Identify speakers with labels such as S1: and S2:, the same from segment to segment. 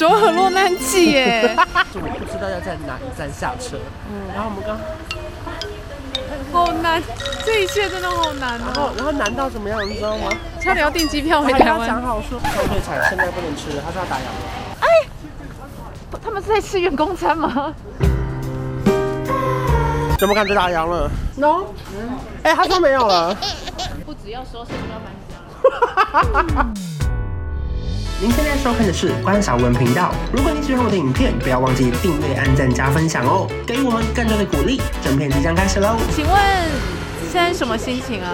S1: 首尔落难记耶，
S2: 就我不知道要在哪一站下车，然后我们刚，
S1: 好难，这一切真的好难
S2: 然
S1: 哦，
S2: 后然后难到怎么样，你知道 吗？
S1: 差点要订机票回
S2: 他跟
S1: 台
S2: 他讲
S1: 湾。
S2: 好说，抗退产现在不能吃了，他说要打烊了。
S1: 他们是在吃员工餐吗？
S2: 怎么感觉打烊了？No，哎、他说没有了。
S1: 不只要收拾，不要搬家。
S2: 您现在收看的是关少文频道。如果你喜欢我的影片，不要忘记订阅、按赞、加分享哦，给予我们更多的鼓励。整片即将开始喽！
S1: 请问现在什么心情啊？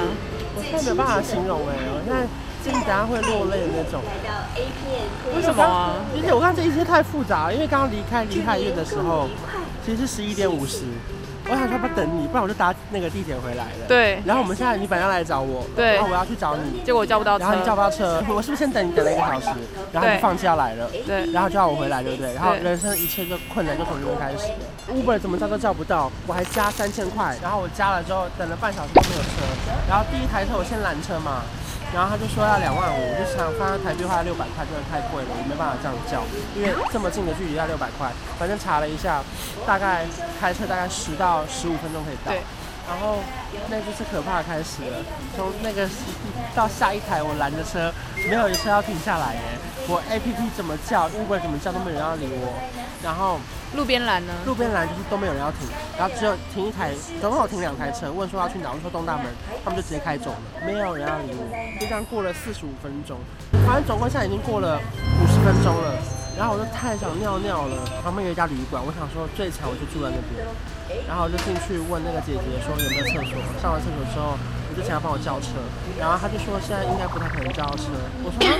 S2: 我现在没办法形容哎、我现在就是等下会落泪的那种。
S1: 为什么啊？
S2: 而且我看这一切太复杂了，因为刚刚离开梨泰院的时候，其实是十一点五十，我想说不等你，不然我就搭那个地铁回来了。。
S1: 对，
S2: 然后我们现在你本来要来找我，
S1: 对
S2: 然后我要去找你，
S1: 结果我叫不到
S2: 然后你叫
S1: 车。
S2: 不到车，我是不是先等你等了一个小时，然后你
S1: 对
S2: 就放弃要来了？
S1: 对，
S2: 然后就要我回来，对不对？然后
S1: 对
S2: 人生一切就困难就从这边开始。Uber 怎么叫都叫不到，我还加三千块，然后我加了之后等了半小时都没有车，然后第一台车我先拦车嘛，然后他就说要两万五，我就想放在台币花六百块真的太贵了，我没办法这样叫，因为这么近的距离要六百块，反正查了一下，大概开车大概十到十五分钟可以到
S1: 对。
S2: 然后那就是可怕的开始了，从那个到下一台我拦着车，没有一车要停下来耶，我 APP 怎么叫，Uber 怎么叫都没有人要理我，然后
S1: 路边拦呢？
S2: 路边拦就是都没有人要停，然后只有停一台，总共有停两台车，问说要去哪，我说东大门，他们就直接开走了，没有人要理我，就这样过了四十五分钟，反正总共现在已经过了五十分钟了，然后我就太想尿尿了，旁边有一家旅馆，我想说最长我就住在那边，然后我就进去问那个姐姐说有没有厕所，上完厕所之后，我就请她帮我叫车，然后她就说现在应该不太可能叫到车，我说。啊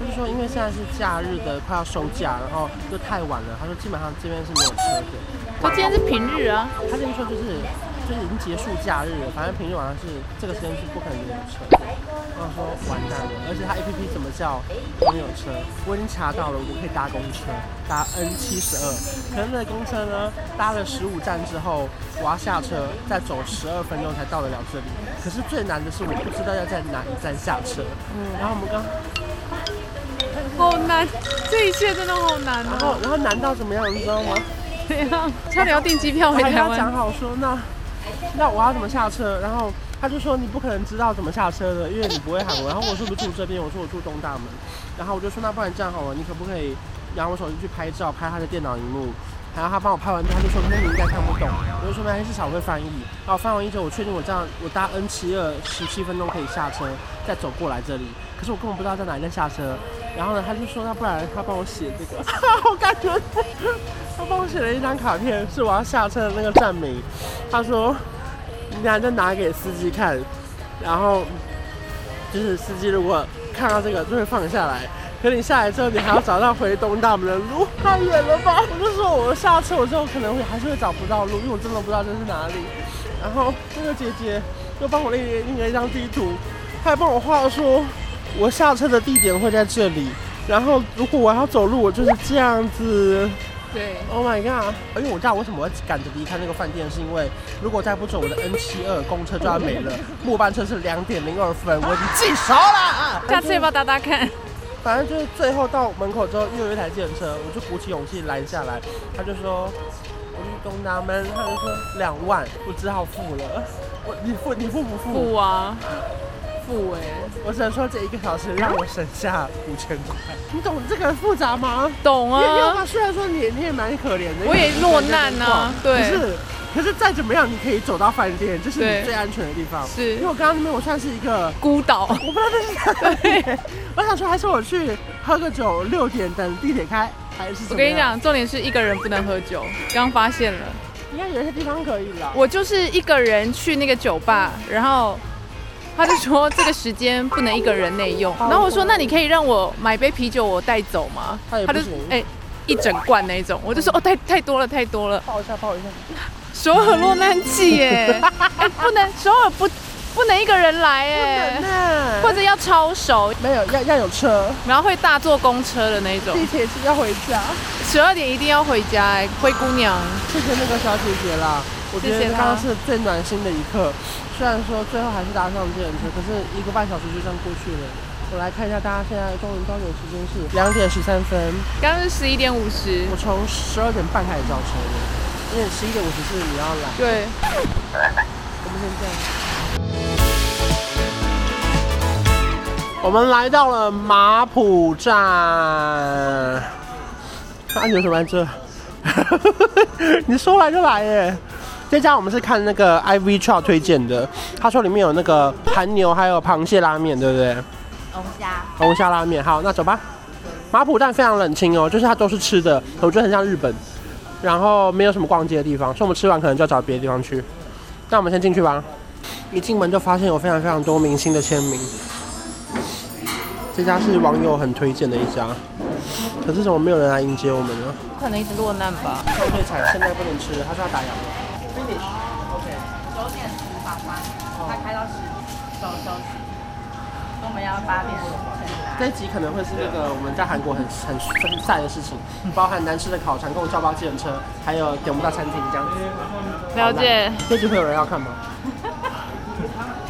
S2: 就是说，因为现在是假日的，快要收假，然后又太晚了。他说基本上这边是没有车的。
S1: 可今天是平日啊。
S2: 他这一说就是就是已经结束假日了，反正平日晚上是这个时间是不可能有车的。我想说完蛋了，而且他 A P P 怎么叫都没有车？我已经查到了，我可以搭公车，搭 N 七十二。可是那个公车呢，搭了十五站之后，我要下车，再走十二分钟才到得了这里。可是最难的是我不知道要在哪一站下车。然后我们刚
S1: 好难，这一切真的好难
S2: 然
S1: 哦。
S2: 后然后难到怎么样，你知道吗？
S1: 对啊，差点要订机票
S2: 我
S1: 回
S2: 还跟
S1: 台
S2: 他讲
S1: 湾。
S2: 好说，那那我要怎么下车？然后他就说你不可能知道怎么下车的，因为你不会韩文。然后我说不住这边，我说我住东大门。然后我就说那不然这样好了，你可不可以拿我手机去拍照，拍他的电脑荧幕？然后他帮我拍完照，他就说那你应该看不懂。我就说没关系，至少我会翻译。然后翻完译之后，我确定我这样我搭 N 七二十七分钟可以下车，再走过来这里。可是我根本不知道在哪一站下车。然后呢，他就说那不然他帮我写这个， 我感觉他帮我写了一张卡片，是我要下车的那个站名。他说：“你俩就拿给司机看，然后就是司机如果看到这个就会放下来。可你下来之后，你还要找到回东大门的路，太远了吧？”我就说：“我下车，我之后可能会还是会找不到路，因为我真的不知道这是哪里。”然后那个姐姐又帮我列印了一张地图，她还帮我画说，我下车的地点会在这里。然后如果我要走路，我就是这样子。
S1: 对，
S2: Oh my god！因为我知道为什么我会赶着离开那个饭店，是因为如果再不走，我的 N 七二公车就要没了。末班车是两点零二分，我已经记熟 了。
S1: 下次要不要搭搭看？
S2: 反正就是最后到门口之后，又有一台电车，我就鼓起勇气拦下来。他就说我去东大门，他就说两万，我只好付了。我你付你付不付？
S1: 不啊，不哎、
S2: 我只能说这一个小时让我省下五千块。你懂这个复杂吗？
S1: 懂
S2: 因为因为
S1: 啊，
S2: 嘛，虽然说你你也蛮可怜的，
S1: 我也
S2: 因为
S1: 落难啊
S2: 你在那边
S1: 对
S2: 逛可是可是再怎么样，你可以走到饭店，这是
S1: 对
S2: 你最安全的地方。
S1: 是
S2: 因为我刚刚那边我算是一个，
S1: 孤岛。
S2: 我不知道这是哪里，我想说还是我去喝个酒，六点等地铁开，还是怎
S1: 我
S2: 么样
S1: 跟你，讲，重点是一个人不能喝酒，刚发现了。
S2: 应该有一些地方可以啦。
S1: 我就是一个人去那个酒吧，然后他就说这个时间不能一个人内用，然后我说那你可以让我买杯啤酒我带走吗？
S2: 他也不
S1: 就
S2: 行
S1: 哎、一整罐那一种，我就说哦太太多了太多了，
S2: 抱一下，抱一下。
S1: 首尔落难 记耶，哎不能首尔不不能一个人来
S2: 真
S1: 哎，
S2: 的
S1: 或者要超熟，
S2: 没有要要有车，
S1: 然后会大坐公车的那种，
S2: 地铁是要回家。
S1: 十二点一定要回家哎，灰姑娘
S2: 谢谢那个小姐姐啦，我觉
S1: 谢谢
S2: 得
S1: 她
S2: 刚刚是最暖心的一刻。虽然说最后还是搭上电车，可是一个半小时就这样过去了。我来看一下大家现在中文标准时间是两点十三分。
S1: 刚刚是十一点五十
S2: 我，从十二点半开始叫车的，因为十一点五十是你要来。
S1: 对，
S2: 我们现在，我们来到了马浦站。啊，你有什么来着？ 你说来就来耶！这家我们是看那个 IV Chow 推荐的，他说里面有那个韩牛还有螃蟹拉面，对不对？
S3: 龙虾，
S2: 龙虾拉面。好，那走吧。马浦站非常冷清哦，就是它都是吃的，我觉得很像日本，然后没有什么逛街的地方，所以我们吃完可能就要找别的地方去。那我们先进去吧。一进门就发现有非常非常多明星的签名，这家是网友很推荐的一家，可是怎么没有人来迎接我们呢？
S3: 可能一直落难吧。
S2: 太对惨，现在不能吃，他说要打烊了。Finish。OK。
S3: 九点十把关，它开
S1: 哦
S3: 到十，收收十。我们要八点前来。
S2: 这一集可能会是那个我们在韩国很 很分散的事情，包含难吃的烤肠、跟我叫包计程车，还有点不到餐厅这样子。
S1: 了解，
S2: 这集会有人要看吗？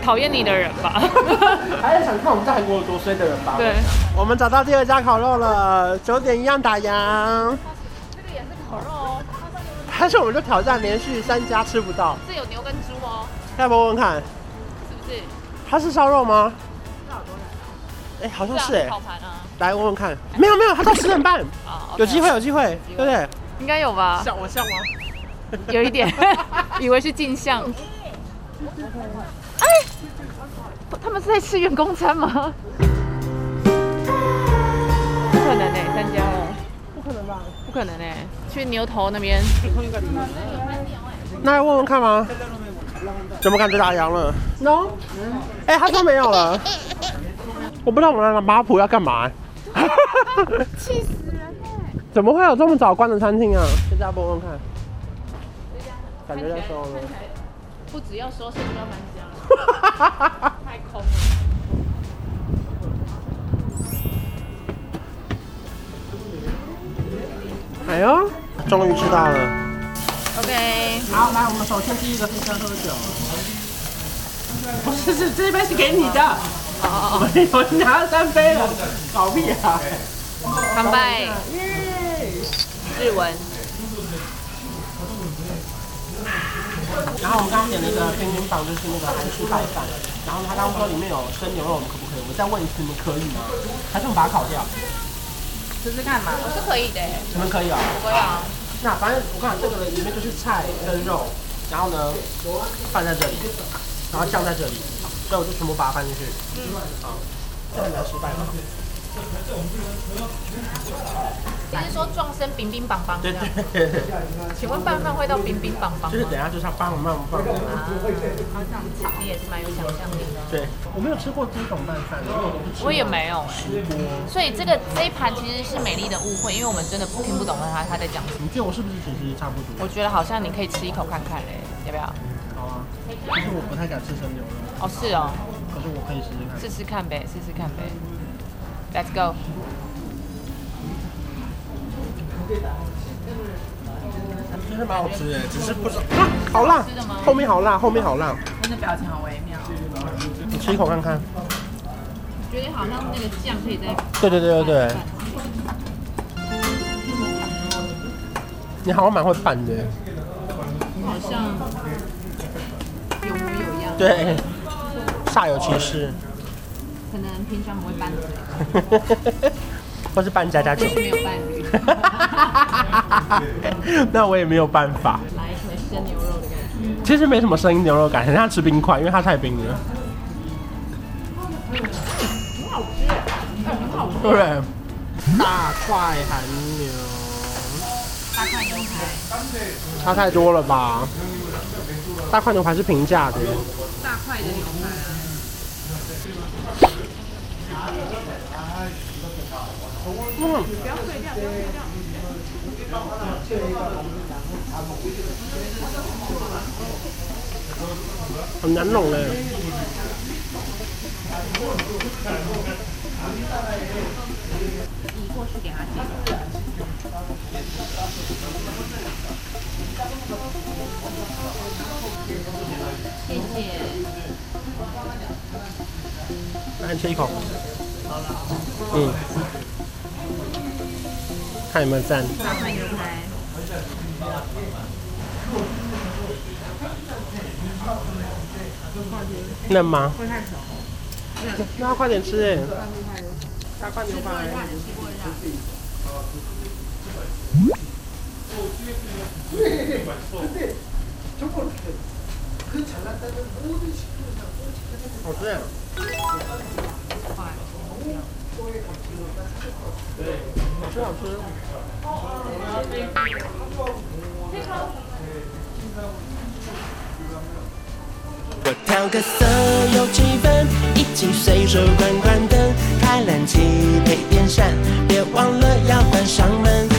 S1: 讨厌你的人 吧，
S2: 还是想看我们在韩国有多衰的人吧？
S1: 对，
S2: 我们找到第二家烤肉了，九点一样打烊。
S1: 这个也是烤肉哦，
S2: 但是我们就挑战连续三家吃不到，
S1: 这有牛跟猪哦，
S2: 要不要问问看，
S1: 是不是？
S2: 它是烧肉吗？哎、好像是哎、
S1: 盘啊，
S2: 来问问看。没有没有，它到十点半，
S1: 啊
S2: 有机会有机会，对
S1: 有机会
S2: 不对？
S1: 应该有 吧，
S2: 像我像吗？
S1: 有一 点，以为是镜像。哎，他们是在吃员工餐吗？不可能哎、三家了，
S2: 不可能吧？
S1: 不可能哎、去牛头那边。
S2: 那要问问看吗？怎么感觉打烊了？No。哎、他说没有了。 我不知道我们来马普要干嘛、欸。气死人哎！怎么会有这么早关的餐厅啊？这家不问问看。感觉在收了。
S1: 不只要收拾，不要搬家了，太空了。
S2: 哎呦，终于吃到了。
S1: OK，
S2: 好，来，我们首先第一个是先喝酒。不是，是这杯是给你的。我们有拿了三杯了，搞屁啊！
S1: 干杯！日文，
S2: 然后我刚刚点了一个冰冰棒，就是那个韩式白饭。然后他刚刚说里面有生牛肉，我们可不可以？我再问一次，你们可以吗？还是我们把它烤掉？
S3: 试试看嘛。
S1: 我哦是可以的、
S2: 你们可以啊、
S1: 可以啊。
S2: 那反正我看这个里面就是菜跟肉，然后呢饭在这里，然后酱在这里，所以我就全部把它翻进去。嗯。啊，这很难失败吗？
S1: 你是说撞声冰冰棒棒
S2: 对
S1: 这样？
S2: 对对对，
S1: 请问拌饭会到冰冰棒棒
S2: 就是
S1: 吗？
S2: 等一下就是要帮我慢放。
S1: 好想炒，你也是蛮有想象力的。
S2: 对，我没有吃过这种拌饭，因为我都是吃
S1: 我也没有哎、
S2: 吃锅。
S1: 所以这个这一盘其实是美丽的误会，因为我们真的听不懂他他在讲什么。
S2: 你觉得我是不是其实差不多？
S1: 我觉得好像你可以吃一口看看嘞，要不要？
S2: 好啊，其实我不太敢吃生牛肉。
S1: 哦，是哦，
S2: 可是我可以试试看。
S1: 试试看呗，试试看呗。Let's go。
S2: 真的蛮好吃的，只是不知道啊，好辣
S1: 吃的吗，
S2: 后面好辣，后面好辣，
S3: 真的表情好微妙。
S2: 你吃一口看看。
S1: 觉得好像那个酱可以再
S2: 对对对对对，你好像蛮会拌的。
S1: 好像有模有样，
S2: 对，煞有其事。
S1: 可能平常很会拌嘴，
S2: 或是拌家家酒。
S1: 没有伴侣，
S2: 那我也没有办法。
S1: 来一口生牛肉的感觉。
S2: 其实没什么生牛肉感，很像吃冰块，因为它太冰了。很好吃，很好吃。对，大块韩牛，
S1: 大块牛排，
S2: 差太多了吧？大块牛排是平价的，
S1: 大块的牛排啊。
S2: 嗯，很难弄嘞。
S1: 移过去给他接。谢谢。
S2: 来你吃一口，嗯，看有没有赞。
S3: 大块牛排。
S2: 嫩吗？那要快点吃哎！大块牛排。好吃哎！好吃好吃。
S4: 我调个色有气氛，一起随手关关灯，开冷气配电扇，别忘了要关上门。